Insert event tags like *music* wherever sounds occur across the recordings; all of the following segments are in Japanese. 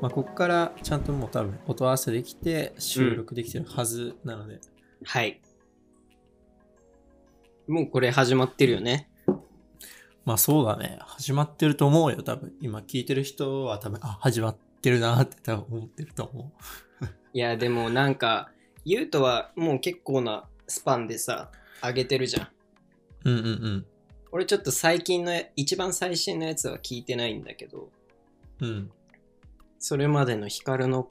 まあ、ここからちゃんともう多分音合わせできて収録できてるはずなので、はい。もうこれ始まってるよね。まあそうだね始まってると思うよ多分今聞いてる人は多分あ始まってるなって多分思ってると思ういや、でもなんか、ゆうとはもう結構なスパンでさ、上げてるじゃん。うんうんうん俺ちょっと最近のや、一番最新のやつは聞いてないんだけど、うんそれまでのヒカルの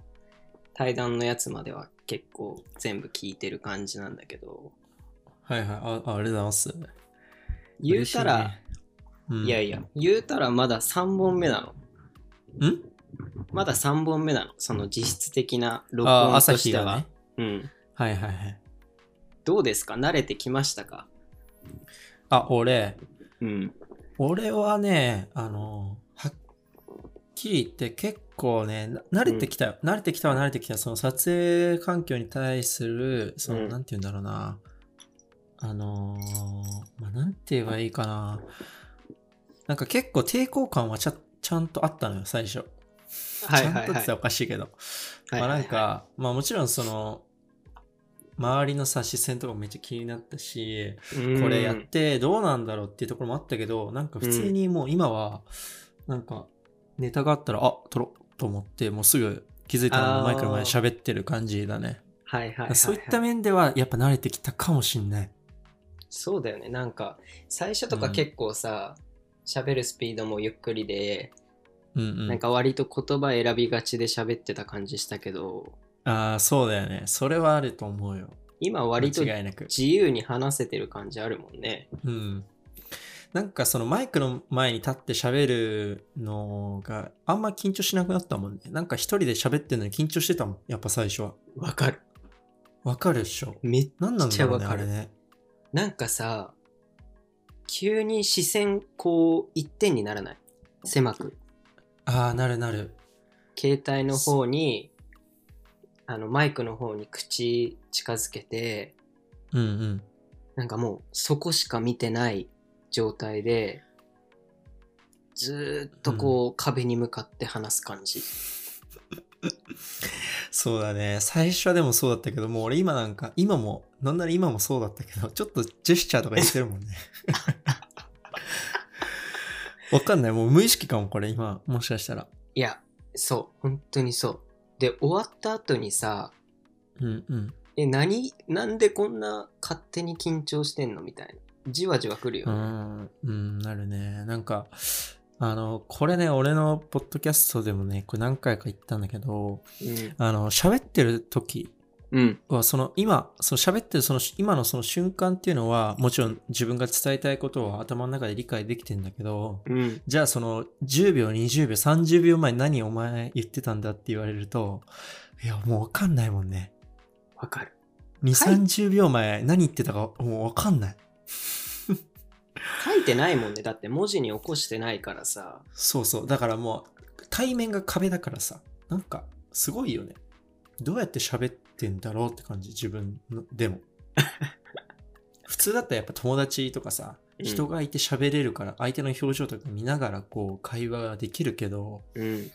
対談のやつまでは結構全部聞いてる感じなんだけど、はいはいああありがとうございます言うたら、嬉しいね、うんいやいや、言うたらまだ3本目なの。んまだ3本目なの。その実質的な録あ音朝とし日てがは。ねうん。はいはいはいどうですか慣れてきましたかあ俺うん。俺はねあのはっきり言って結構ねな慣れてきたよ、慣れてきたは慣れてきたその撮影環境に対するその、うんなんて言うんだろうなあのーまあ、なんて言えばいいかななんか結構抵抗感はちゃちゃんとあったのよ最初、はいはいちゃんとって言はっいた。らおかしいけど、はいまあはいはいなんか、まあもちろんその周りのさ視線とかもめっちゃ気になったし、これやってどうなんだろうっていうところもあったけどなんか普通にもう今はなんかネタがあったらあ撮ろうと思ってもうすぐ気づいたらあーマイクの前で喋ってる感じだねはいはいはい、はい。そういった面ではやっぱ慣れてきたかもしんないそうだよね。なんか、最初とか結構さ、喋、るスピードもゆっくりで、うんうんなんか割と言葉選びがちで喋ってた感じしたけど、ああそうだよねそれはあると思うよ今割と間違いなく自由に話せてる感じあるもんね。うんなんかそのマイクの前に立って喋るのがあんま緊張しなくなったもんねなんか一人で喋ってるのに緊張してたもんやっぱ最初はわかる。わかるっしょめっ何なんだろうねめっちゃわあかるれねなんかさ、急に視線こう一点にならない。狭く。ああなるなる携帯の方に、あのマイクの方に口近づけて、うんうん。なんかもうそこしか見てない状態で、ずーっとこう、壁に向かって話す感じ。そうだね。最初はでもそうだったけど、もう俺今なんか、今も、なんなら今もそうだったけど、ちょっとジェスチャーとか言ってるもん *laughs* ね。わかんない。もう無意識かも、これ今、もしかしたら。いや、そう、本当にそう。で、終わった後にさ、うんうん。え、何、なんでこんな勝手に緊張してんのみたいな。じわじわ来るようね。ん、うん、なるね。なんか、あの、これね、俺のポッドキャストでもね、これ何回か言ったんだけど、あの、喋ってる時うん。うん。はその今その喋ってるその今のその瞬間っていうのはもちろん自分が伝えたいことは頭の中で理解できてんだけどうん。じゃあその10秒20秒30秒前に何お前言ってたんだって言われるといやもう分かんないもんねわかる。 2はい三3 0秒前何言ってたかもう分かんない書いてないもんね。だって文字に起こしてないからさ。そうそうだからもう対面が壁だからさなんかすごいよねどうやって喋ってんだろうって感じ自分ので *laughs* も普通だったらやっぱ友達とかさうん人がいて喋れるから相手の表情とか見ながらこう会話ができるけどうん。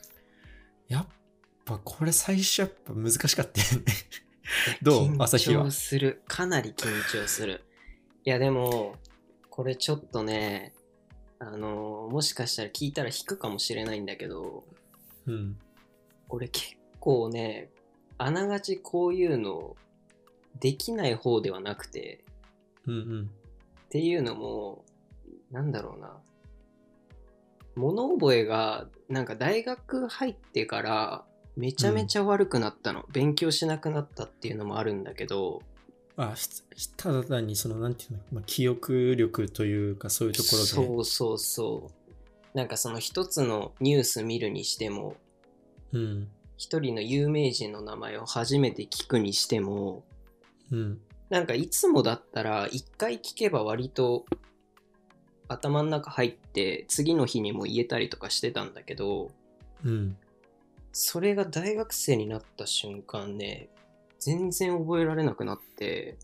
やっぱこれ最初やっぱ難しかった *laughs* よねどう朝日緊は張する。かなり緊張する。いや、でも、これちょっとね、あの、もしかしたら聞いたら引くかもしれないんだけど、うん俺結構ね、あながちこういうの、できない方ではなくて、うんうんっていうのも、なんだろうな。物覚えが、なんか大学入ってから、めちゃめちゃ悪くなったの、勉強しなくなったっていうのもあるんだけど、あひひただ単にそのなんていうの、まあ、記憶力というかそういうところでそうそうそう。なんかその一つのニュース見るにしても、うん一人の有名人の名前を初めて聞くにしても、うんなんかいつもだったら、一回聞けば割と頭の中入って、次の日にも言えたりとかしてたんだけど、うんそれが大学生になった瞬間ね、全然覚えられなくなって、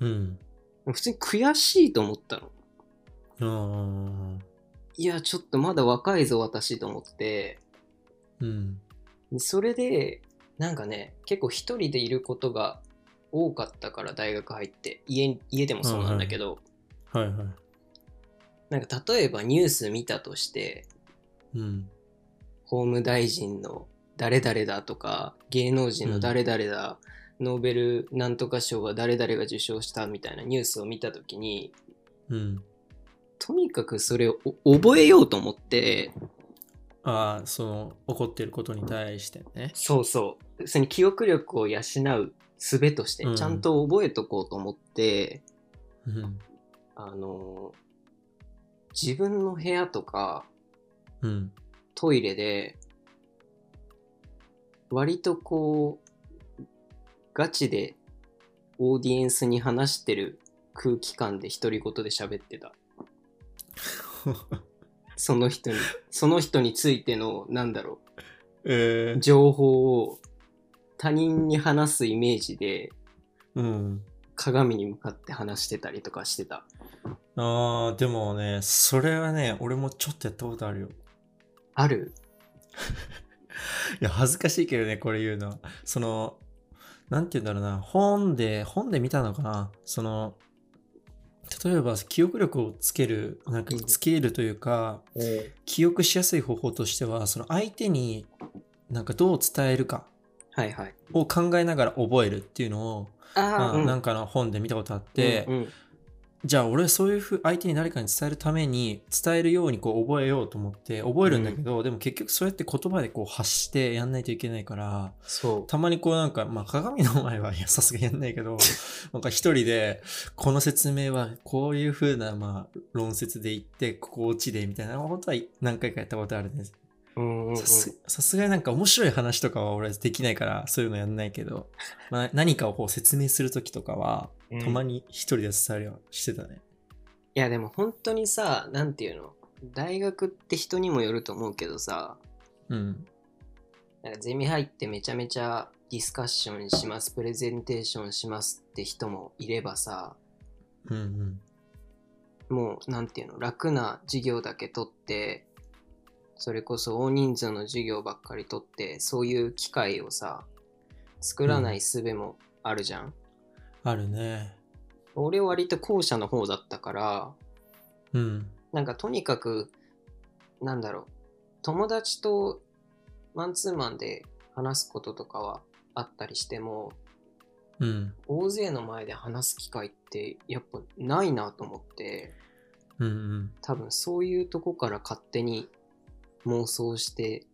うん普通に悔しいと思ったの。あーいや、ちょっとまだ若いぞ、私と思って、うんそれで、なんかね、結構一人でいることが多かったから、大学入って。家、家でもそうなんだけど、はいはい。なんか例えばニュース見たとして、うん。法務大臣の誰々だとか芸能人の誰々だ、ノーベルなんとか賞は誰々が受賞したみたいなニュースを見た時にうん。とにかくそれをお覚えようと思ってああ、その、怒ってることに対してね。そうそうそれに記憶力を養う術としてうんちゃんと覚えとこうと思って、うん。あの自分の部屋とかうん。トイレで割とこうガチでオーディエンスに話してる空気感で独り言で喋ってたその人に *laughs* その人についてのなんだろえう情報を他人に話すイメージでうん。鏡に向かって話してたりとかしてたああ、でもね、それはね、俺もちょっとやったことあるよ。あるいや、恥ずかしいけどね、これ言うのは。その、なんて言うんだろうな、本で、本で見たのかな。その、例えば記憶力をつける、なんかうんつけるというか、記憶しやすい方法としては、その相手になんかどう伝えるかはいはいを考えながら覚えるっていうのを、あーまあうんなんかの本で見たことあって、うんうんじゃあ俺はそういうふう相手に誰かに伝えるために伝えるようにこう覚えようと思って覚えるんだけど、でも結局そうやって言葉でこう発してやんないといけないからそうたまにこうなんか、まあ、鏡の前はいやさすがにやんないけ *laughs* どなんか一人でこの説明はこういうふうな、まあ、論説で言ってここ落ちでみたいなことは何回かやったことあるんですうんうんうんさすさすがになんか面白い話とかは俺できないからそういうのやんないけど、まあ、何かをこう説明するときとかはうんたまに一人で伝えるようにしてたね。いやでも本当にさ、なんていうの大学って人にもよると思うけどさ、うん。なんかゼミ入ってめちゃめちゃディスカッションします、プレゼンテーションしますって人もいればさ、うんもうなんていうの楽な授業だけ取って、それこそ大人数の授業ばっかり取って、そういう機会をさ、作らない術もあるじゃん。あるね。俺割と後者の方だったから、うん。なんかとにかく、なんだろう、友達とマンツーマンで話すこととかはあったりしても、うん。大勢の前で話す機会ってやっぱないなと思って、うんうん。多分そういうとこから勝手に妄想して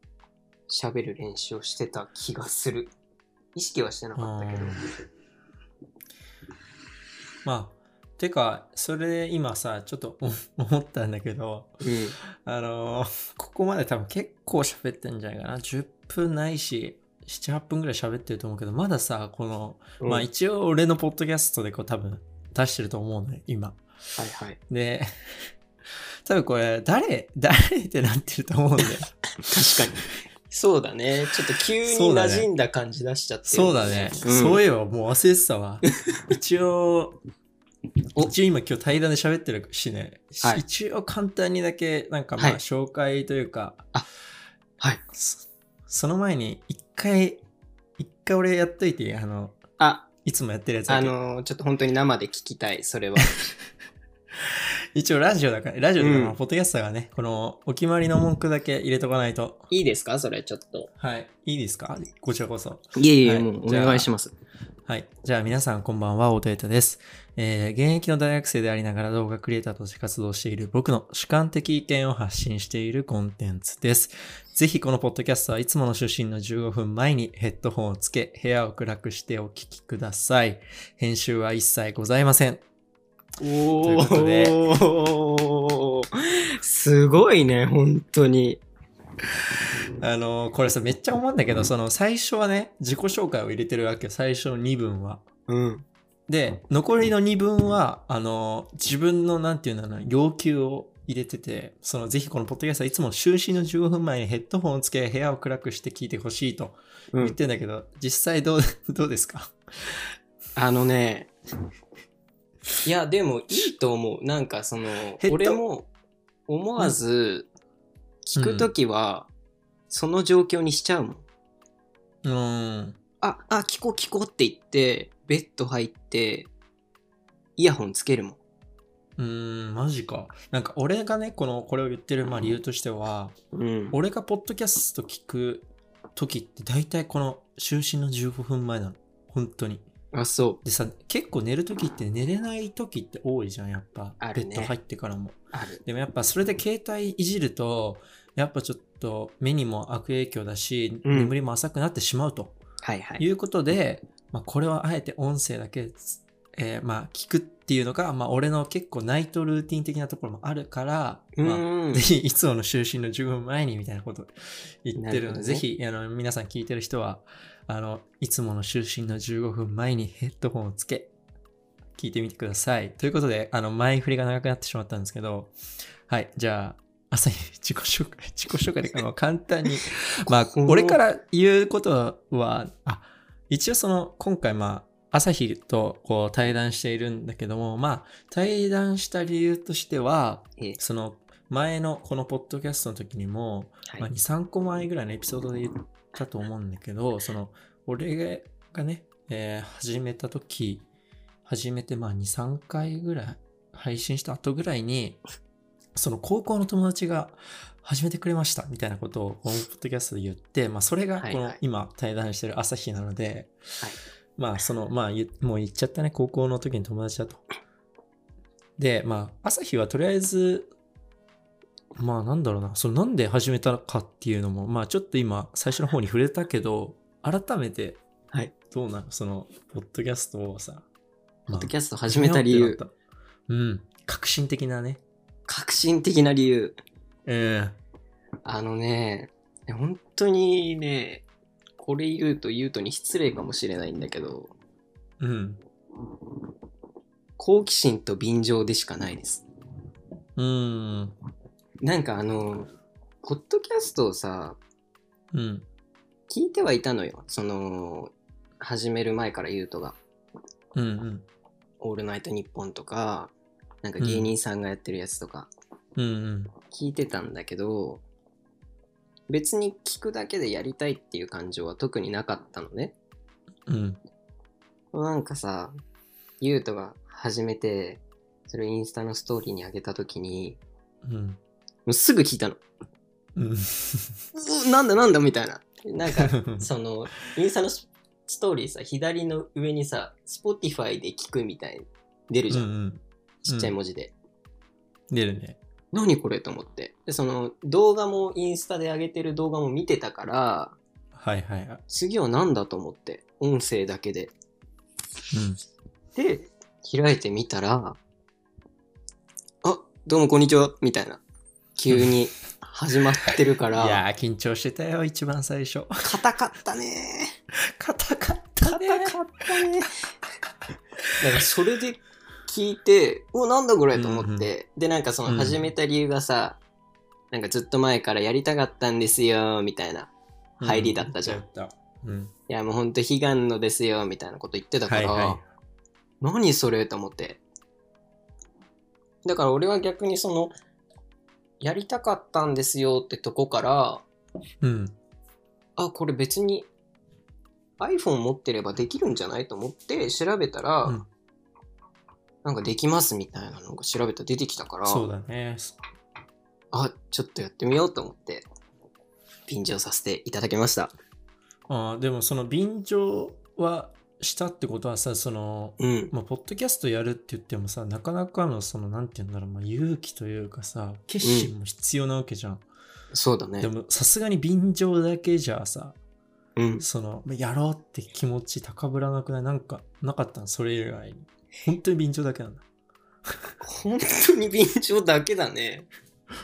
喋る練習をしてた気がする。意識はしてなかったけどあ。まあ、てか、それで今さ、ちょっとお *laughs* 思ったんだけど、うん。あのーここまで多分結構喋ってんじゃないかな。10分ないし、7、8分ぐらい喋ってると思うけど、まださ、この、うんまあ一応俺のポッドキャストでこう多分出してると思うのよ、今。はいはい。で、 *laughs* 多分これ、誰、誰ってなってると思うんだ *laughs* よ。確かに。そうだね。ちょっと急にそうだ馴ね染んだ感じ出しちゃってるそうだね、んそういえばもう忘れてた *laughs* わ。一応、お一応今今日対談で喋ってるしね、はい一応簡単にだけなんかまあはい紹介というか、あはいそ。その前に一回、一回俺やっといていい、あの、あ、いつもやってるやつだあけのーちょっと本当に生で聞きたい、*laughs* それは。一応ラジオだから、ラジオだから、うんまあポッドキャストがね、このお決まりの文句だけ入れとかないと。いいですかそれちょっと。はい。いいですかこちらこそ。いえいえもうお願いします。はい。じゃあ皆さんこんばんは、オートエタです。えー現役の大学生でありながら動画クリエイターとして活動している僕の主観的意見を発信しているコンテンツです。ぜひこのポッドキャストはいつもの就寝の15分前にヘッドホンをつけ、部屋を暗くしてお聞きください。編集は一切ございません。ということでおーすごいね、本当に。あのーこれさ、めっちゃ思うんだけど、その最初はね、自己紹介を入れてるわけよ。最初の2分は。うん。で、残りの2分は、あの、自分の、なんていうのかな、要求を入れてて、その、ぜひこのポッドキャストはいつも就寝の15分前にヘッドホンをつけ、部屋を暗くして聞いてほしいとう言っん、てんだけど、実際どう、 *laughs* どうですかあのね、いや、でもいいと思う。なんかそのヘッ、ド俺も思わず聞くときは、その状況にしちゃうもん。うん。あ、あ、聞こう聞こうって言って、ベッド入って、イヤホンつけるもん。うーん、マジか。なんか俺がね、この、これを言ってるまあ理由としては、うん俺がポッドキャスト聞く時って大体この就寝の15分前なの。本当に。あ、そでさ、結構寝る時って寝れない時って多いじゃん、やっぱ。あベるねッド入ってからも。う。ある。でもやっぱそれで携帯いじると、やっぱちょっと目にも悪影響だし、うん眠りも浅くなってしまうとはいはい。いうことで、まあ、これはあえて音声だけつ、えーまあ聞くっていうのが、まあ、俺の結構ナイトルーティン的なところもあるから、うまあ *laughs* ん。ぜひいつもの就寝の15分前にみたいなこと言ってるので、なるほどねぜひあの皆さん聞いてる人はあのいつもの就寝の15分前にヘッドホンをつけ聞いてみてくださいということであの前振りが長くなってしまったんですけどはいじゃあ朝日自己紹介 *laughs* 自己紹介であの簡単 *laughs* にまあこの俺から言うことはあ一応その今回まあ朝日とこう対談しているんだけどもまあ対談した理由としてはええその前のこのポッドキャストの時にも、まはあ、2、い3個前ぐらいのエピソードで言ったと思うんだけど、その俺がね、えー始めた時、始めてまあ2、3回ぐらい配信した後ぐらいに、その高校の友達が始めてくれましたみたいなことをこのポッドキャストで言って、まあそれがこはいはのい今対談してる朝日なので、まあそのまあ言もう言っちゃったね高校の時に友達だと。でまあ朝日はとりあえずまあなんだろうなそのなんで始めたかっていうのもまあちょっと今最初の方に触れたけど改めてはいどうなのそのポッドキャストをさポッドキャスャスト始めた理由。うん革新的なね革新的な理由。うんあのね、本当にね、これ言うと言うとに失礼かもしれないんだけど、うん好奇心と便乗でしかないです。うんなんかあの、ポッドキャストをさ、うん聞いてはいたのよ。その、始める前から言うとが。うんうんオールナイトニッポンとか、なんか芸人さんがやってるやつとかうん聞いてたんだけど、別に聞くだけでやりたいっていう感情は特になかったのね。うんなんかさ、ゆうとが始めて、それをインスタのストーリーに上げた時に、うんもうすぐ聞いたの。うんうなんだなんだみたいな。なんか、 *laughs* その、インスタのスストーリーさ、左の上にさ、Spotify で聞くみたいに出るじうゃんん。うんちっちゃい文字で。出るね何これと思ってでその動画もインスタで上げてる動画も見てたからはいはいはい次は何だと思って音声だけでうんで開いてみたらあどうもこんにちはみたいな急に始まってる *laughs* かいやらー、緊張してたよ、一番最初。 *laughs* 硬かったね硬かっ硬たね。かったねだからそれで聞いてうわなんだこれと思って、でなんかその始めた理由がさ、なんかずっと前からやりたかったんですよみたいな入りだったじゃんうん。うん。いやもうほんと悲願のですよみたいなこと言ってたかはいら、は何それと思ってだから俺は逆にそのやりたかったんですよってとこからい。うん。あこれ別に iPhone 持ってればできるんじゃないと思って調べたら、うんなんかできますみたいなのが調べたら出てきたからそうだね。あちょっとやってみようと思って便乗させていただきましたあーでも、その便乗はしたってことはさ、その、うんまあ、ポッドキャストやるって言ってもさ、なかなかの、その、なんて言うんだろう、まあ、勇気というかさ、決心も必要なわけじゃん。そうだねでも、さすがに便乗だけじゃさ、 *laughs* うんその、まあやろうって気持ち高ぶらなくないなんか、なかったのそれ以外に。本当に便乗だけなんだ。本当に便乗だけだね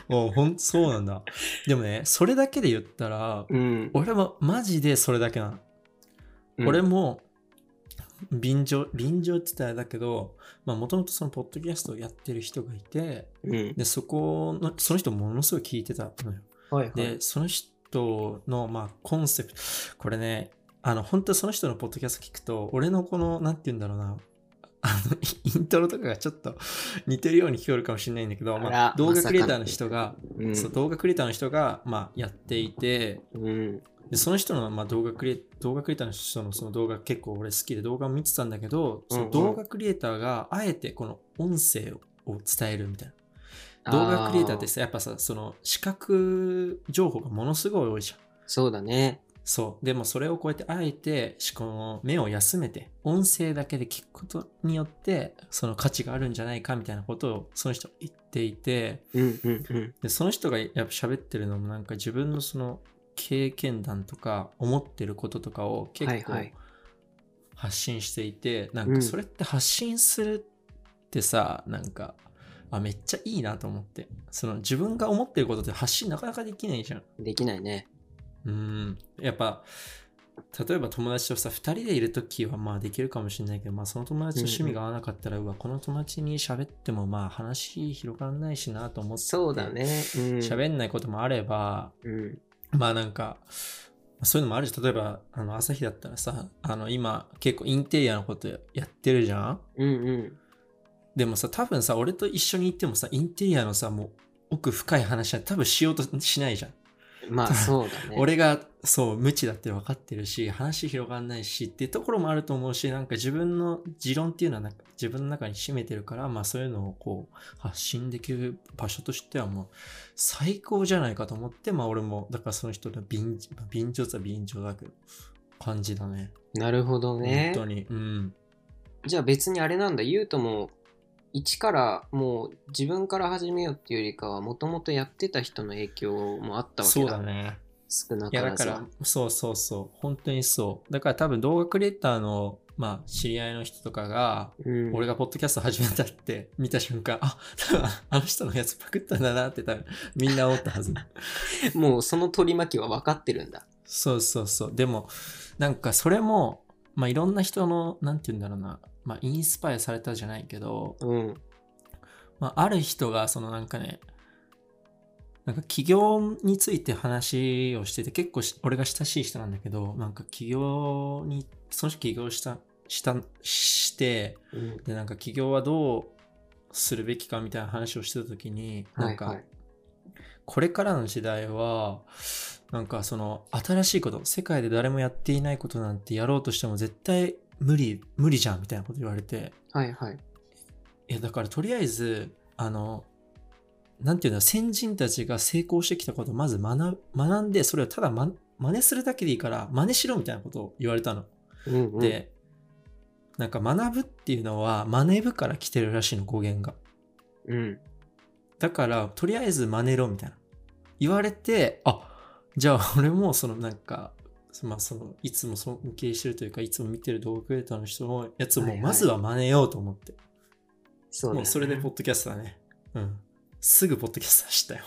おほんそうなんだでもねそれだけで言ったらうん、俺もマジでそれだけなの、俺も便乗便乗って言ったらあれだけどもともとそのポッドキャストをやってる人がいてうん、でそこのその人ものすごい聞いてたのよはいはい、でその人のまあコンセプトこれねあの本当その人のポッドキャスト聞くと俺のこのなんて言うんだろうなあのイントロとかがちょっと似てるように聞こえるかもしれないんだけど、あまあら、動ま画さクリかエのイターの人がうんそう動画クリエイターの人が、まあ、やっていてうん、でその人の、まあ、動画クリエ動画クリエイターの人のその動画結構俺好きで動画を見てたんだけど、そうんうのん動画クリエイターがあえてこの音声を伝えるみたいな。動画クリエイターってあさ、やっぱさ、その視覚情報がものすごい多いじゃん。そうだね。そう。でもそれをこうやってあえて思考の目を休めて、音声だけで聞くことによって、その価値があるんじゃないかみたいなことをその人は言っていて、うんうんうん。でその人がやっぱ喋ってるのもなんか自分のその経験談とか思ってることとかを結はいは構い発信していて、なんかそれって発信するってさ、なんかあめっちゃいいなと思ってその自分が思ってることって発信なかなかできないじゃんできないね。うんやっぱ例えば友達とさ2人でいる時はまあできるかもしれないけど、まあ、その友達と趣味が合わなかったら、うわこの友達に喋ってもまあ話広がらないしなと思ってそうだね。うん。喋んないこともあれば、うん。まあなんか、そういうのもあるし、例えば、あの、朝日だったらさ、あの、今、結構インテリアのことやってるじゃんうんうん。でもさ、多分さ、俺と一緒に行ってもさ、インテリアのさ、もう、奥深い話は多分しようとしないじゃん。ま *laughs* あそうだね。俺が、そう、無知だって分かってるし、話広がんないしっていうところもあると思うし、なんか自分の持論っていうのはなんか自分の中に秘めてるから、まあそういうのをこう、発信できる場所としてはもう、最高じゃないかと思って、まあ俺も、だからその人の便まあ便乗さ便乗だけど、感じだね。なるほどね。本当に。うん。じゃあ別にあれなんだ、ゆうとも、一からもう自分から始めようっていうよりかは、もともとやってた人の影響もあったわそけうだ。だね。少ないやかだらずかは。ら、そうそうそう。本当にそう。だから多分動画クリエイターの、まあ知り合いの人とかが、うん、俺がポッドキャスト始めたって *laughs* 見た瞬間、あ、多分あの人のやつパクったんだなって多分みんな思ったは *laughs* ず。もうその取り巻きは分かってるんだ。そうそうそう。でも、なんかそれも、まあいろんな人の、なんて言うんだろうな、まあインスパイアされたじゃないけど、うん。まあある人がそのなんかね、なんか起業について話をしてて、結構し俺が親しい人なんだけど、なんか起業に、その人起業した、した、して、うん、でなんか起業はどうするべきかみたいな話をしてた時になんはかいはいこれからの時代はなんかその新しいこと世界で誰もやっていないことなんてやろうとしても絶対無理無理じゃんみたいなこと言われてはいはい。いやだからとりあえずあのなんていうんだ先人たちが成功してきたことをまず学学んでそれをただ、ま、真似するだけでいいから真似しろみたいなことを言われたの。うんうん、で、なんか学ぶっていうのは真似ぶから来てるらしいの語源がうん。だからとりあえず真似ろみたいな言われてあじゃあ俺もそのなんかまあそのいつも尊敬してるというかいつも見てる動画クリエイターの人のやつをもはういはいまずは真似ようと思って、そうだ、ね。もうそれでポッドキャストだねうんすぐポッドキャストした *laughs* よ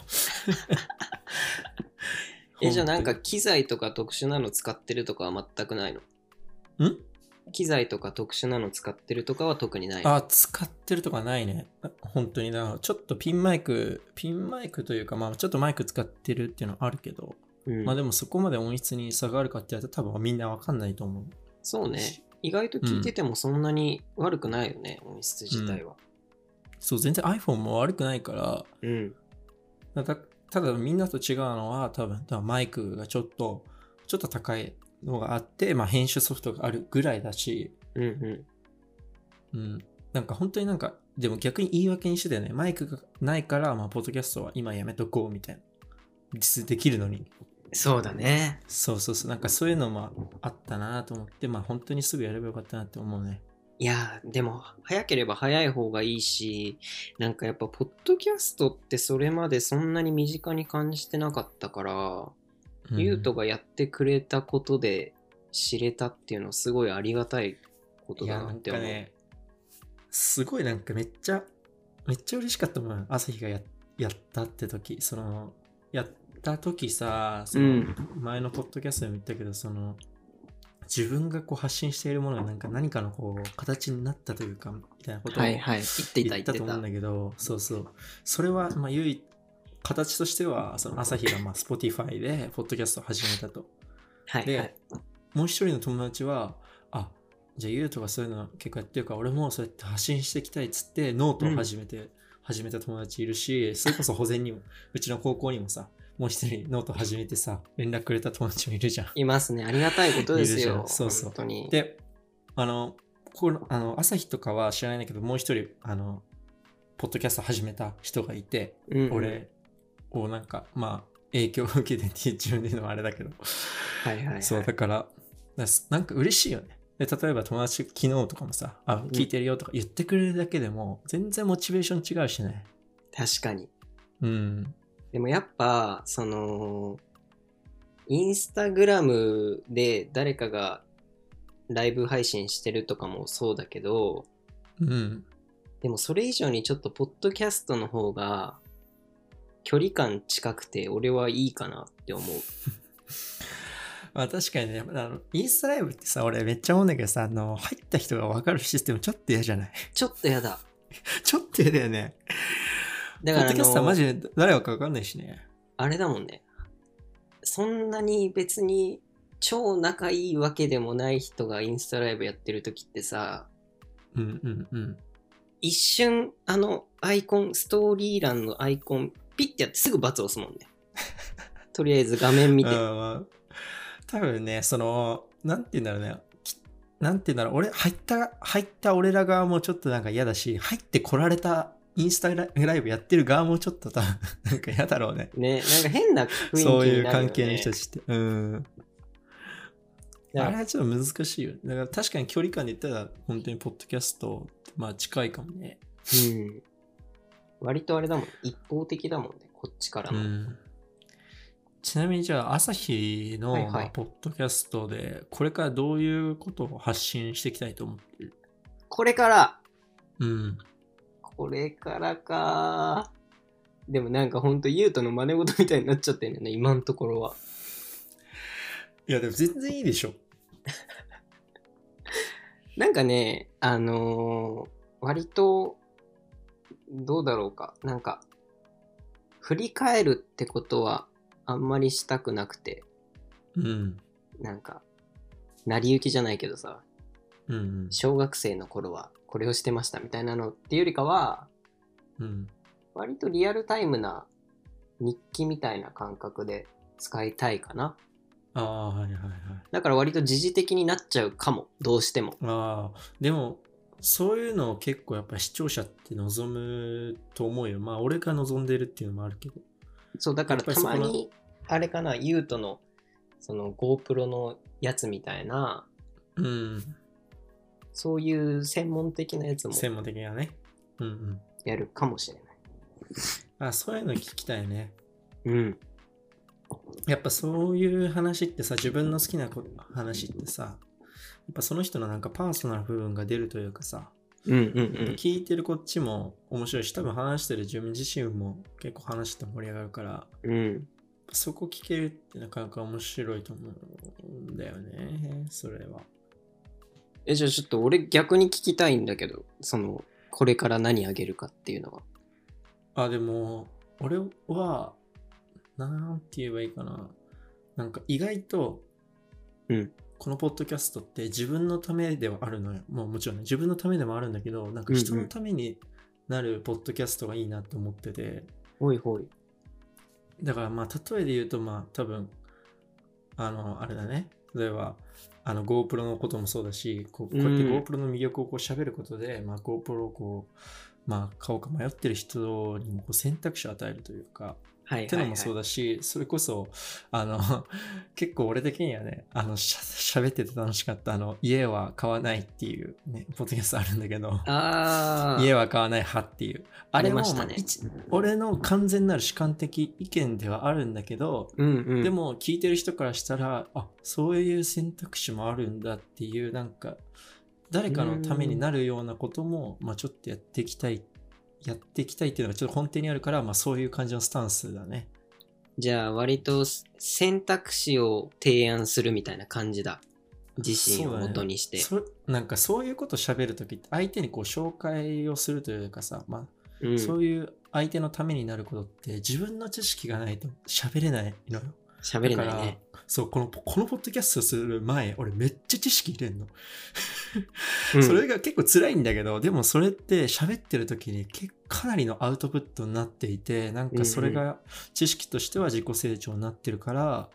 え、じゃあなんか本機材とか特殊なの使ってるとかは全くないの当にん機材とか特殊なの使ってるとかは特にない。あ、使ってるとかないね。本当にな。ちょっとピンマイク、ピンマイクというか、まあちょっとマイク使ってるっていうのはあるけど、うん、まあでもそこまで音質に差があるかって言われたら多分みんなわかんないと思う。そうね。意外と聞いててもそんなに悪くないよね、音質自体は。そう、全然 iPhone も悪くないかうん。ら、たただみんなと違うのは多分、多分マイクがちょっと、ちょっと高いのがあって、まあ編集ソフトがあるぐらいだし、うんううん、なんか本当になんか、でも逆に言い訳にしてたよね。マイクがないから、まあ、ポッドキャストは今やめとこうみたいな。実できるのに。ん。そうだね。そうそうそう、なんかそういうのもあったなと思って、まあ本当にすぐやればよかったなって思うね。いやーでも早ければ早い方がいいしなんかやっぱポッドキャストってそれまでそんなに身近に感じてなかったから、うんゆうとがやってくれたことで知れたっていうのはすごいありがたいこといやだななっんてか思う。ね、すごいなんかめっちゃ、めっちゃ嬉しかったもん。朝日がややったって時、その、やった時さ、そのうん前のポッドキャストでも言ったけど、その、自分がこう発信しているものがなんか何かのこう形になったというかみたいなことをはいはい。言っていた言っ言ってたと思うんた。だけど、そうそう。それは、まあ、唯一、形としては、その朝日が、まあ、Spotify で、ポッドキャストを始めたと。はいはいで。、もう一人の友達は、あ、じゃあ、ゆうとかそういうの結構やってるから、俺もそうやって発信していきたいっつ *laughs* って、ノートを始めて、始めた友達いるし、それこそ保全にも、うちの高校にもさ、もう一人ノート始めてさ、連絡くれた友達もいるじゃん。いますね。ありがたいことですいるじゃよ。んそうそう本当に。で、あの、このあの朝日とかは知らないんだけど、もう一人、あの、ポッドキャスト始めた人がいて、うんうん、俺をなんか、まあ、影響を受けてって自分で言うのはあれだけど、はいはい、はい。そうだからだすなんか嬉しいよねで例えば友達昨日とかもさ「あん聞いてるよ」とか言ってくれるだけでも全然モチベーション違うしね確かに。うんでもやっぱ、その、インスタグラムで誰かがライブ配信してるとかもそうだけど、うんでもそれ以上にちょっと、ポッドキャストの方が、距離感近くて、俺はいいかなって思う。まあ確かにねあのインスタライブってさ俺めっちゃ思うんだけどさあの入った人が分かるシステムちょっと嫌じゃない *laughs* ちょっとやだ。ちょっと嫌だよねだポッからあドキャスターのマジで誰か分かんないしねあれだもんね。そんなに別に超仲いいわけでもない人がインスタライブやってる時ってさ、うんうんうん一瞬あのアイコン、ストーリー欄のアイコン、ピッてやってすぐ×押すもん *laughs* ね。とりあえず画面見て。うんうまあ多分ねそのなんて言うんだろうねきなんて言うんだろう俺入った入った俺ら側もちょっとなんか嫌だし入ってこられたインスタライブやってる側もちょっと多分 *laughs* なんか嫌だろうねね、なんか変な雰囲気になるよ、ね。そういう関係の人たちってうんだあかれらはちょっと難しいよねだから確かに距離感で言ったら本当にポッドキャストまあ近いかもねうん。割とあれだもん。一方的だもんね。こっちからうの。んちなみにじゃあ朝日の、はいはいまあポッドキャストでこれからどういうことを発信していきたいと思ってるこれからうん。これからか。でもなんかほんと、ゆうとの真似事みたいになっちゃってんだよね、今のところは。いや、でも全然いいでしょ。なんかね、あのー割と、どうだろうか。なんか、振り返るってことはあんまりしたくなくて、うん。なんか、成り行きじゃないけどさ、うん。小学生の頃はこれをしてましたみたいなのっていうよりかは、うん。割とリアルタイムな日記みたいな感覚で使いたいかな。ああ、はいはいはい。だから割と時事的になっちゃうかも、どうしても。ああ、でも、そういうのを結構やっぱ視聴者って望むと思うよ。まあ、俺が望んでるっていうのもあるけど。そう、だかやらっぱたりそこまのに、あれかな、ユートの、その GoPro のやつみたいな、うん。そういう専門的なやつも専門的なね。うんうん。やるかもしれない。あそういうの聞きたいね。うん。やっぱそういう話ってさ、自分の好きなこ話ってさ、やっぱその人のなんかパーソナル部分が出るというかさ、うんうんうん。聞いてるこっちも面白いし、多分話してる自分自身も結構話して盛り上がるから、うん、そこ聞けるってなかなか面白いと思うんだよね、それは。え、じゃあちょっと俺逆に聞きたいんだけど、その、これから何あげるかっていうのは。あ、でも、俺は、なんて言えばいいかな。なんか意外と、うんこのポッドキャストって自分のためではあるのよ。もうもちろんね、自分のためでもあるんだけど、なんか人うんうのんためになるポッドキャストがいいなって思ってて、ほいほい。だからまあ例えで言うとまあ多分あのあれだね例えばあの GoPro のこともそうだしこうこうやってうん GoPro の魅力をこう喋ることで、まあ、GoPro をこうまあ買おうか迷ってる人にもこう選択肢を与えるというか、はいはい、はい。ってのもそうだしそれこそあの *laughs* 結構俺的にはねあのしゃ喋ってて楽しかったあの家は買わないっていうねポッドキャストあるんだけどああ。家は買わない派っていうあありれまもしたまあね一俺の完全なる主観的意見ではあるんだけど、うんうん。で、も聞いてる人からしたらあそういう選択肢もあるんだっていうなんか誰かのためになるようなことも、まあ、ちょっとやっていきたいやっていきたいっていうのがちょっと根底にあるから、まあ、そういう感じのスタンスだねじゃあ割と選択肢を提案するみたいな感じだ。自身を元にして。そなんかそういうこと喋るときって相手にこう紹介をするというかさ、まあ、うんそういう相手のためになることって自分の知識がないと喋れないのよ喋れないね。そうこのこのポッドキャストする前俺めっちゃ知識入れんの、うんそれが結構辛いんだけどでもそれって喋ってる時に結かなりのアウトプットになっていてなんかそれが知識としては自己成長になってるから、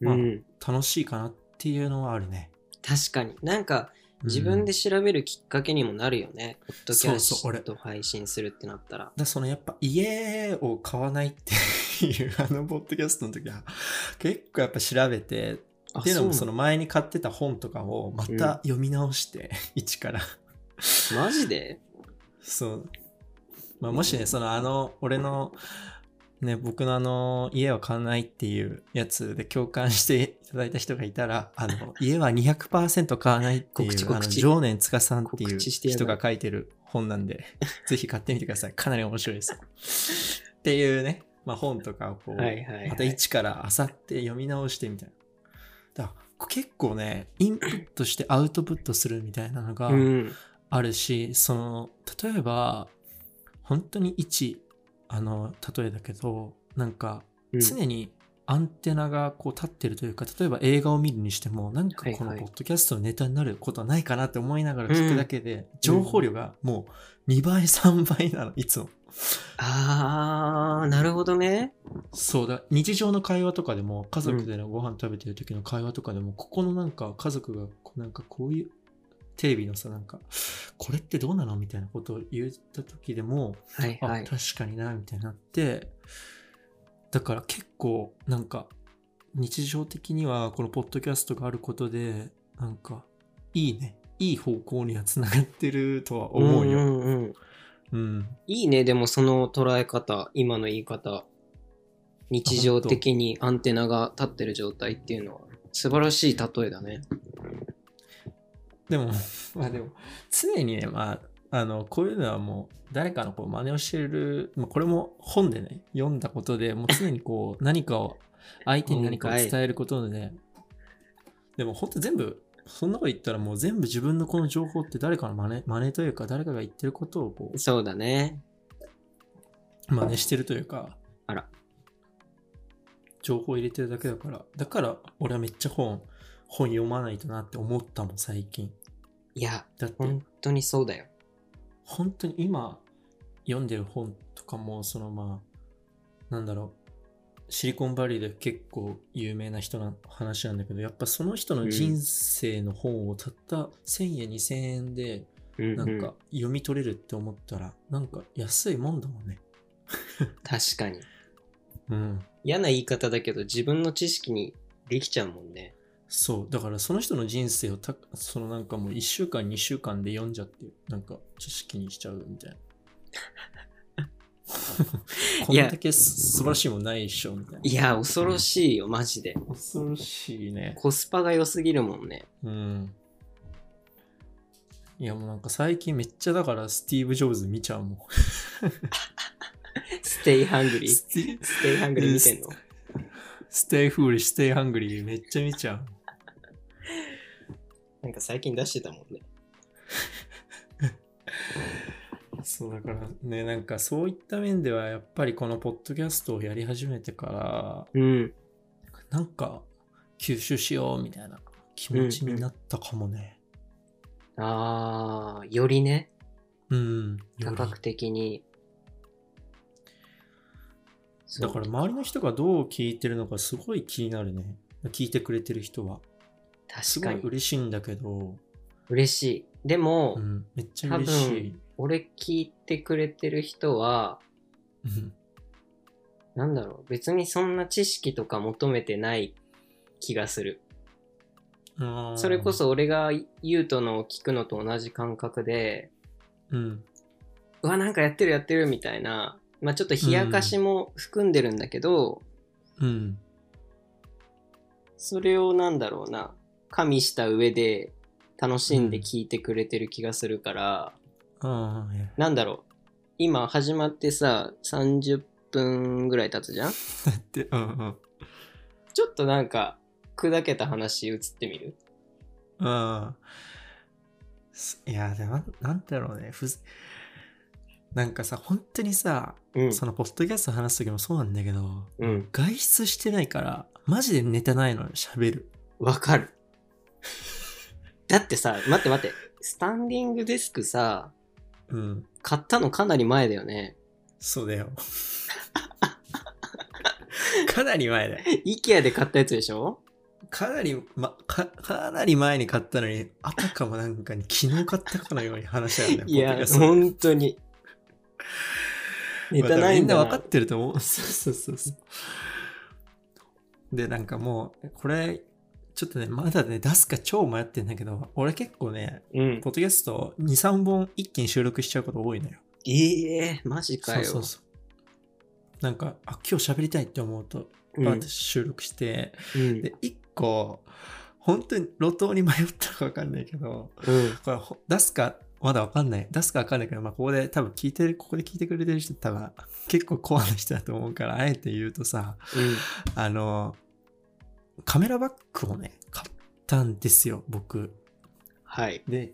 まあうん、楽しいかなっていうのはあるね確かに。なんか、自分うでん調べるきっかけにもなるよね。ポッドキャそうそうスト配信するってなったら。だからそのやっぱ家を買わないっていうあのポッドキャストの時は結構やっぱ調べてあっていうのもそなの前に買ってた本とかをまた読み直して、 *laughs* 一からのマジでそう。まあ、もしね、そのあの、俺の、ね、僕のあの、家は買わないっていうやつで共感していただいた人がいたら、あ *laughs* の、家は200%買わないってい告う、知あ告の、知常年司さんっていう告知してやばい人が書いてる本なん *laughs* で、ぜひ買ってみてください。かなり面白いですよ。っていうね、まあ本とかをこう、はいはいはい。また一からあさって読み直してみたいな。だから結構ね、インプットしてアウトプットするみたいなのが、うん。あるしその例えば本当に一あの例えだけどなんかうん常にアンテナがこう立ってるというか、例えば映画を見るにしてもなんかこはのいはいポッドキャストのネタになることはないかなって思いながら聞くだけで、情報量がもう2倍3倍なのいつもあー、なるほどね。そうだ日常の会話とかでも家族でのご飯食べてる時の会話とかでも、ここのなんか家族がこうなんかこういうテレビのさなんかこれってどうなのみたいなことを言った時でも、はいあはい。確かになみたいになってだから結構なんか日常的にはこのポッドキャストがあることでなんかいいねいい方向にはつながってるとは思うよ、うんんんうんいいね、でもその捉え方、今の言い方。日常的にアンテナが立ってる状態っていうのは素晴らしい例えだね。でも *laughs* まあでも常にねまああのこういうのはもう誰かのこう真似をしてる、まあ、これも本でね読んだことでもう常に *laughs* こう何かを相手に何かを伝えることで、ね、でも本当全部そんなこと言ったらもう全部自分のこの情報って誰かの真似真似というか誰かが言ってることをこそうだね。う真似してるというかあら情報を入れてるだけだからだから俺はめっちゃ本本読まないとなって思ったもん最近いや、だって本当にそうだよ。本当に今読んでる本とかもそのまあなんだろうシリコンバレーで結構有名な人の話なんだけどやっぱその人の人生の本をたった1000円2000円でうん、なんうんか読み取れるって思ったらなんか安いもんだもんね確かに。うん嫌な言い方だけど自分の知識にできちゃうもんね。そうだからその人の人生をたそのなんかもう1週間2週間で読んじゃってなんか知識にしちゃうみたいな *laughs* こんいやだけ素晴らしいもんないでしょみたいないや、恐ろしいよ、マジで。恐ろしいね。コスパが良すぎるもんね。うん。いやもうなんか最近めっちゃだからスティーブ・ジョブズ見ちゃうもん。 *laughs* ステイハングリー。ス *laughs* スティテイハングリー見てんのステイフーリー、ステイハングリーめっちゃ見ちゃう。なんか最近出してたもんね。そうだからね、なんかそういった面ではやっぱりこのポッドキャストをやり始めてかうん。ら、なんか吸収しようみたいな気持ちになったかもね。あー、よりね、うん。よ多り角的に。だから周りの人がどう聞いてるのかすごい気になるね。聞いてくれてる人は。そすうごい確かに。嬉しいんだけど、嬉しい。でも、うん、めっちゃ嬉しい。俺聞いてくれてる人は、うんなんだろう、別にそんな知識とか求めてない気がする。あーそれこ、そ俺が言うとのを聞くのと同じ感覚で、うん、うわ、なんかやってるやってるみたいな、まあちょっと冷やかしも含んでるんだけど、うん、それをなんだろうな、加味した上で楽しんで聞いてくれてる気がするから、ああ、いやなんだろう、今始まってさ、30分ぐらい経つじゃんだって、うんうん。あちょっとなんか、砕けた話移ってみるあ。すいや、でも、なんだろうね。ふずなんかさ、本当にさ、うんそのポッドキャスト話す時もそうなんだけど、うん。外出してないから、マジでネタないのに喋る。わかる。だってさ、待って待って、スタンディングデスクさ、うん。買ったのかなり前だよね。そう *laughs* だよ。かなり前だよ。 IKEA で買ったやつでしょかなり、ま、かかなり前に買ったのに、あたかもなんかに昨日買ったかのように話し合うんだよ。いポッやド、キャスト本当に。ネタないんだまな。あ多分みんな分かってると思う。 *laughs* そうそうそうそう。で、なんかもう、これ、ちょっとね、まだね、出すか超迷ってんだけど、俺結構ね、うん。ポッドキャスト2、3本一気に収録しちゃうこと多いのよ。ええマジかそうよ。そうそう。なんか、あ、今日喋りたいって思うと、うんバーッと収録して、うんで、1個、本当に路頭に迷ったか分かんないけど、うんこれほ出すかまだわかんない出すかわかんないけど、まあ、ここで多分聞いてるここで聞いてくれてる人多分結構コアな人だと思うからあえて言うとさあのカメラバッグをね買ったんですよ僕はい。で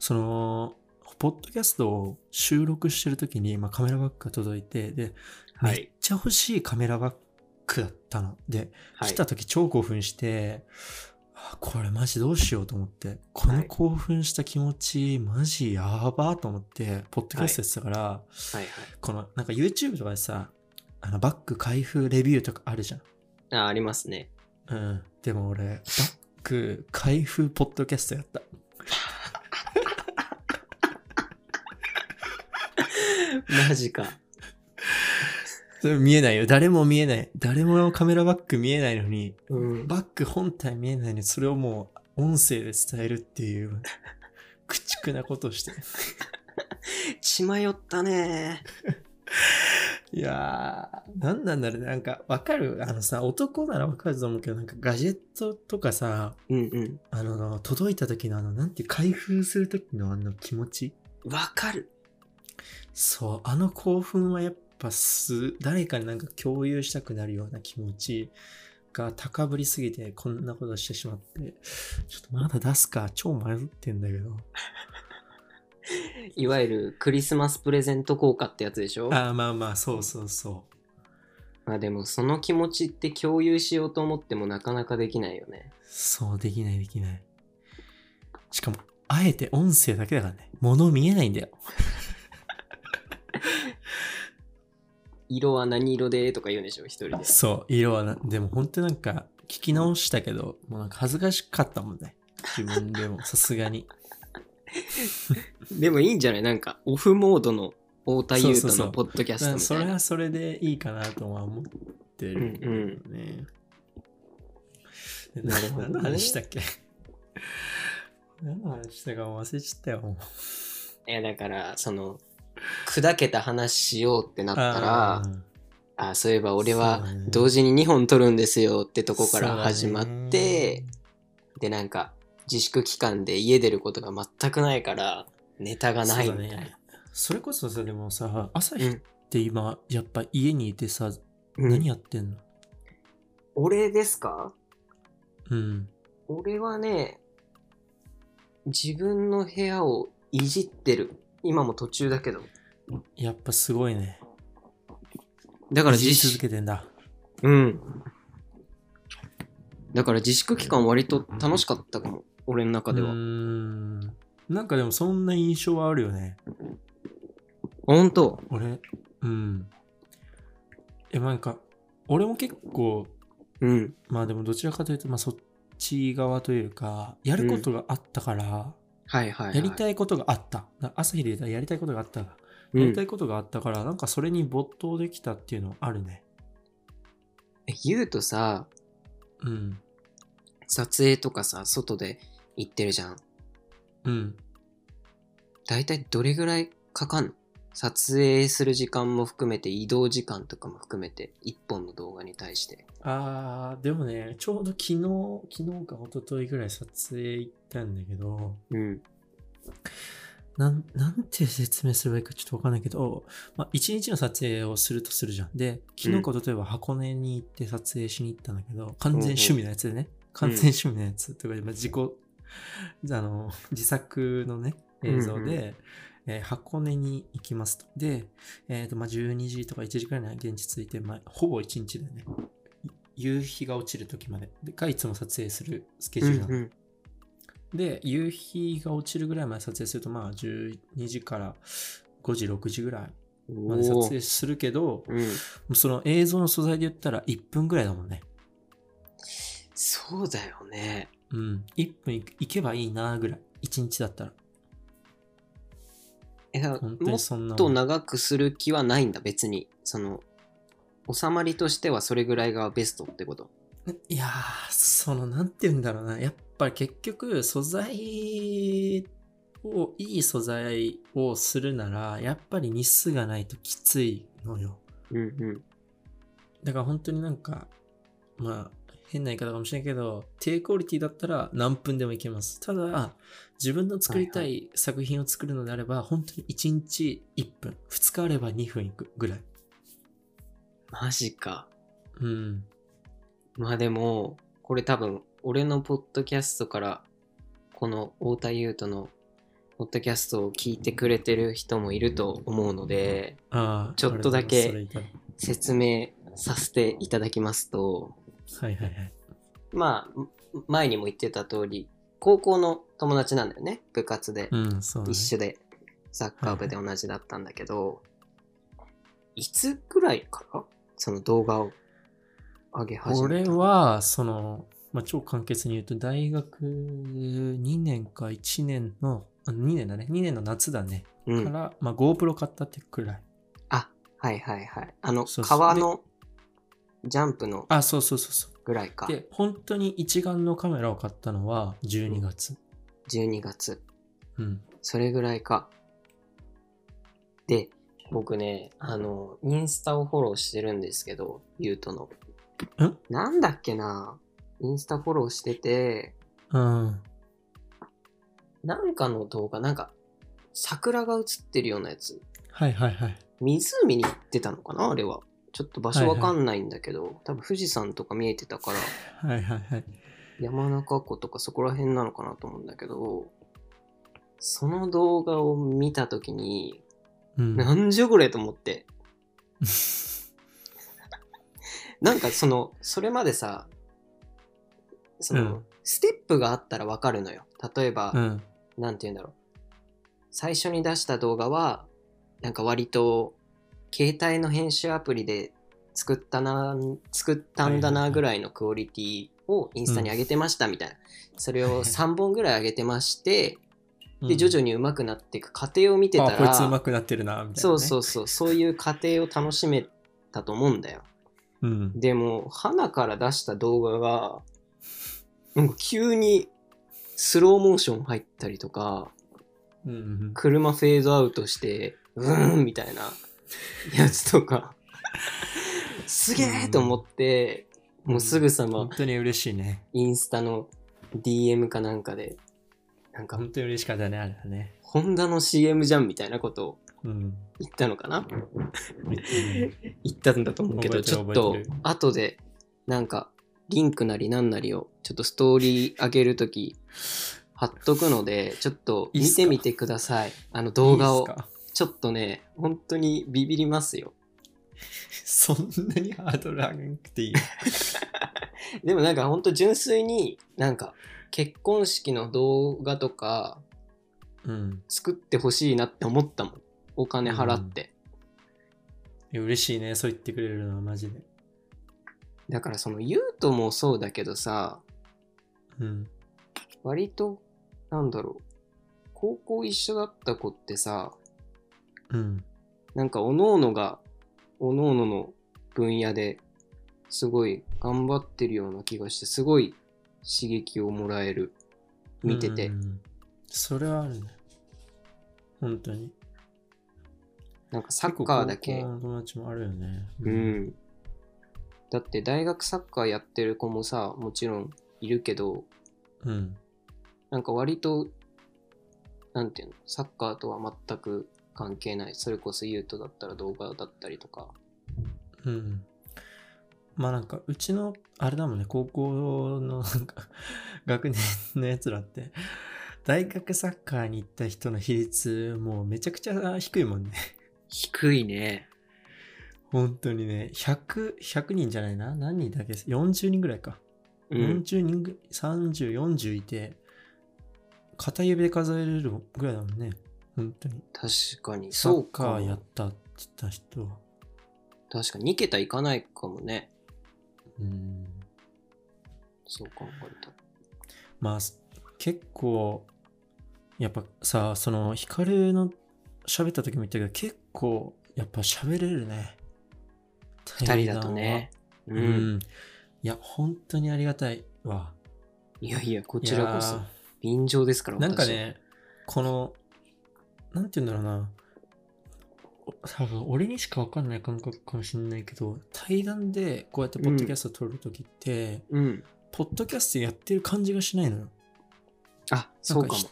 そのポッドキャストを収録してる時に、まあ、カメラバッグが届いてで、はめっい。ちゃ欲しいカメラバッグだったのではい。来た時超興奮して、あこれマジどうしようと思ってこの興奮した気持ち、マジやばと思ってポッドキャストやってたから、はいこのなんか YouTube とかでさあのバッグ開封レビューとかあるじゃん、はい。あ、ありますね。うん、でも俺バッグ開封ポッドキャストやったマジか。それ見えないよ誰も見えない誰もカメラバッグ見えないのにうん。バッグ本体見えないのにそれをもう音声で伝えるっていう駆逐なことをして血迷ったね。いやー、なんなんだろうね。なんか、わかるあのさ、男ならわかると思うけど、なんかガジェットとかさ、うんうん。あの、届いた時のあの、なんていう開封する時のあの気持ち。わかる。そう、あの興奮はやっぱす、誰かになんか共有したくなるような気持ちが高ぶりすぎて、こんなことしてしまって、ちょっとまだ出すか、超迷ってんだけど。いわゆるクリスマスプレゼント効果ってやつでしょああ、まあまあ、そうそうそう。まあでもその気持ちって共有しようと思ってもなかなかできないよね。そう、できないできない。しかも、あえて音声だけだからね、物見えないんだよ。色は何色でとか言うんでしょ一人で。そう、色はな、でも本当なんか、聞き直したけど、もうなんか恥ずかしかったもんね。自分でも、さすがに。でもいいんじゃないなんかオフモードの太田優そう太そうそのうポッドキャストうんみそたれいな。はそれでいいかなとは思ってるけどね。でなるほど *laughs* ね何の話したっ *laughs* け何の話したか忘れちゃったよ。もういやだからその砕けた話しようってなったらあー、あそういえば俺はそうね同時に2本撮るんですよってとこから始まっそうだて、ねでなんか自粛期間で家出ることが全くないからネタがないそうだみたいなね。それこそさ、でもさ、朝う日っんて今、やっぱ家にいてさ、うん何やってんの俺ですかうん。俺はね自分の部屋をいじってる今も途中だけどやっぱすごいね。だからいじ自り続粛けてんだ。うんだから自粛期間割と楽しかったかも俺の中では、うーん。なんかでもそんな印象はあるよね。本当俺、うん。え、なんか、俺も結構、うんまあでもどちらかというと、まあそっち側というか、やることがあったから、はいはい、はい、やりたいことがあった。な朝日で言ったらやりたいことがあったが、うんやりたいことがあったから、なんかそれに没頭できたっていうのはあるね。え言うとさうん。撮影とかさ外で行ってるじゃんうん。大体どれぐらいかかんの撮影する時間も含めて移動時間とかも含めて1本の動画に対してあー、でもね、ちょうど昨日、昨日か一昨日ぐらい撮影行ったんだけど、うんなん、なんて説明すればいいかちょっとわかんないけど、まあ、一日の撮影をするとするじゃん。で、昨日か例えば箱根に行って撮影しに行ったんだけど、完全趣味のやつでね、完全趣味のやつとかで、まあ、自己、あの、自作のね、映像で、うんうんえー箱根に行きますと。で、えっ、と、まあ、12時とか1時くらいには現地着いて、まあ、ほぼ1日でね、夕日が落ちる時まででかいつも撮影するスケジュールなの、うんうんで夕日が落ちるぐらいまで撮影するとまあ12時から5時6時ぐらいまで撮お影ーするけどうん、その映像の素材で言ったら1分ぐらいだもんねそうだよね。うん1分いいけばいいなぐらい1日だったらえだから本当もにっそんなもとん長くする気はないんだ、別に。その、収まりとしてはそれぐらいがベストってこと。いやーそのなんて言うんだろうなやっぱ結局素材をいい素材をするならやっぱり日数がないときついのようんうん。だから本当になんか、まあ、変な言い方かもしれないけど、低クオリティだったら何分でもいけます。ただ、自分の作りたはい作品を作るのであれば、本当に1日1分、2日あれば2分いくぐらい。マジか。うん。まあでも、これ多分、俺のポッドキャストから、この太田優斗のポッドキャストを聞いてくれてる人もいると思うので、ああ、ちょっとだけありがとうございます説明させていただきますと、それいたはいはいはい。まあ、ん前にも言ってた通り、高校の友達なんだよね、部活で。うん、そう、ね。一緒で、サッカー部で同じだったんだけど、いつぐらいからその動画を上げ始め俺たは、その、まあ、超簡潔に言うと、大学2年か1年の、あ2年だね、2年の夏だね。うかん。ら、まあ、GoPro 買ったってくらい。あ、はいはいはい。あの、そうそう川のジャンプのあ、そうそうそうそう。ぐらいか。で本当に一眼のカメラを買ったのは12月、 12月。うん、それぐらいか。で、僕ね、あの、インスタをフォローしてるんですけど、ゆうとの。んなんだっけなインスタフォローしてて、うん、なんかの動画、なんか、桜が映ってるようなやつ。はいはいはい湖に行ってたのかなあれは。ちょっと場所わかんないんだけど、多分富士山とか見えてたから、はいはいはい山中湖とかそこら辺なのかなと思うんだけど、その動画を見たときに、うんなんじゃこれと思って。なんかその、それまでさ、その、うんステップがあったらわかるのよ。例えば、 *laughs* うんなんて言うんだろう。最初に出した動画は、なんか割と、携帯の編集アプリで作ったな、作ったんだはいはいはないぐらいのクオリティをインスタに上げてましたみたいな。それを3本ぐらい上げてまして、で、徐々に上手くなっていく過程を見てたあこいつ上ら、手くなってるなみたいな、ね、そうそううそう、そういう過程を楽しめたと思うんだよ。うんでも、花から出した動画が、なんか急にスローモーション入ったりとか、うんうん車フェードアウトして、うーんみたいなやつとか、すげえと思って、もうすぐさま本当に嬉しいねインスタの DM かなんかで、なんか、本当に嬉しかったねあれはねホンダの CM じゃんみたいなことをうん言ったのかな言ってるね言ったんだと思うけ覚ど、えてちるょっ覚とえてる後で、なんか、リンクなりなんなりを、ちょっとストーリー上げるとき、貼っとくので、ちょっと見てみてください。あの *laughs* 動画いいをっ。すか *laughs* ちょっとね、本当にビビりますよ。そんなにハードル上げなくていいでもなんか本当純粋になんか結婚式の動画とかうん作ってほしいなって思ったもん。お金払って。いや嬉しいねそう言ってくれるのはマジでだからそのユうともそうだけどさ、うん割となんだろう。高校一緒だった子ってさ、うんなんか各々が各々の分野ですごい頑張ってるような気がして、すごい刺激をもらえる。見ててうん。うんうんそれはあるね本当になんかサッカーだけ。結構高校の友達もあるよね。う。ん。だって大学サッカーやってる子もさ、もちろんいるけど、うん。なんか割と、なんていうの、サッカーとは全く関係ない。それこそユートだったら動画だったりとか。うん。まあなんか、うちの、あれだもんね、高校のなんか、 *laughs* 学年のやつらって、大学サッカーに行った人の比率、もうめちゃくちゃ低いもんね。低いね。 *laughs* 本当にね、100、100人じゃないな。何人だっけ ?40 人ぐらいか。うん。 40人ぐ、30、40いて、片指で数えれるぐらいだもんね。本当に。確かに。サそうッかカも。ーやったって言った人は。確かに2桁いかないかもね。うん。そう考えたら。まあ、す結構、やっぱさ、その、ヒカルの喋った時も言ったけど、結構、やっぱ喋れるね。 2人だとね。う対談は。ん。うん。いや、本当にありがたいわ。いやいや、ここちらこそ。便乗ですから、なんか私。ね、この、なんて言うんだろうな。お多分俺にしか分かんない感覚かもしれないけど、対談でこうやってポッドキャスト撮るときって、うん。ポッドキャストやってる感じがしないのよ。あ、なそんうかもひ。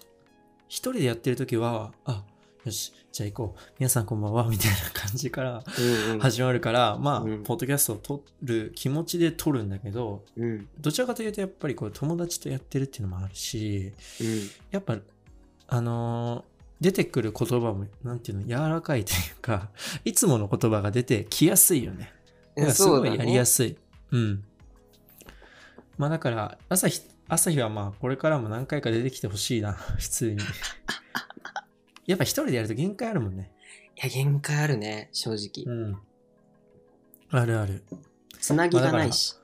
一人でやってるときは、あ、よし、じゃあ行こう。皆さんこんばんは、みたいな感じからうんうん。始まるから、まあ、うんポッドキャストを撮る気持ちで撮るんだけど、うん。うん。どちらかというとやっぱりこう友達とやってるっていうのもあるし、やっぱ、あのー出てくる言葉も、なんていうの、柔らかいというか、いつもの言葉が出てきやすいよね。だえからすそうごだいやりやね。すい。うん。まあだから、朝日、朝日はまあこれからも何回か出てきてほしいな、 *laughs* 普通 *laughs* に。やっぱ一人でやると限界あるもんね。いや、限界あるね、正直。うん。あるある。つなぎがないし。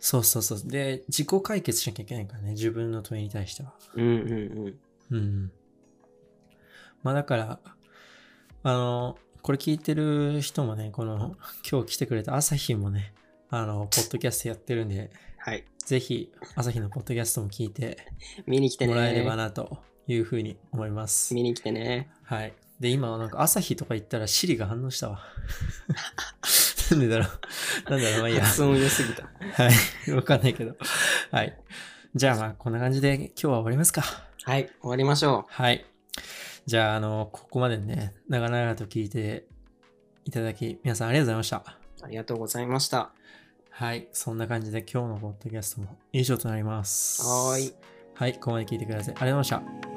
そうそうそう。で、自己解決しなきゃいけないからね、自分の問いに対しては。うんうんうん。うん。まあだから、あの、これ聞いてる人もね、この今日来てくれた朝日もね、あの、ポッドキャストやってるんで、はい。ぜひ朝日のポッドキャストも聞いて見に来てね。もらえればなというふうに思います。見に来てね。はい。で、今なんか朝日とか言ったらシリが反応したわ。 *laughs* なんでだろう。なんだろう、まあいいや。発音良すぎた。はい。わかんないけど。はい。じゃあまあこんな感じで今日は終わりますか。はい、終わりましょはい。じゃあ、あの、ここまでね、長々と聞いていただき、皆さんありがとうございました。う。ありがとうございました。はい。そんな感じで今日のポッドキャストも以上となります。はーい。はい。ここまで聞いてください。ありがとうございました。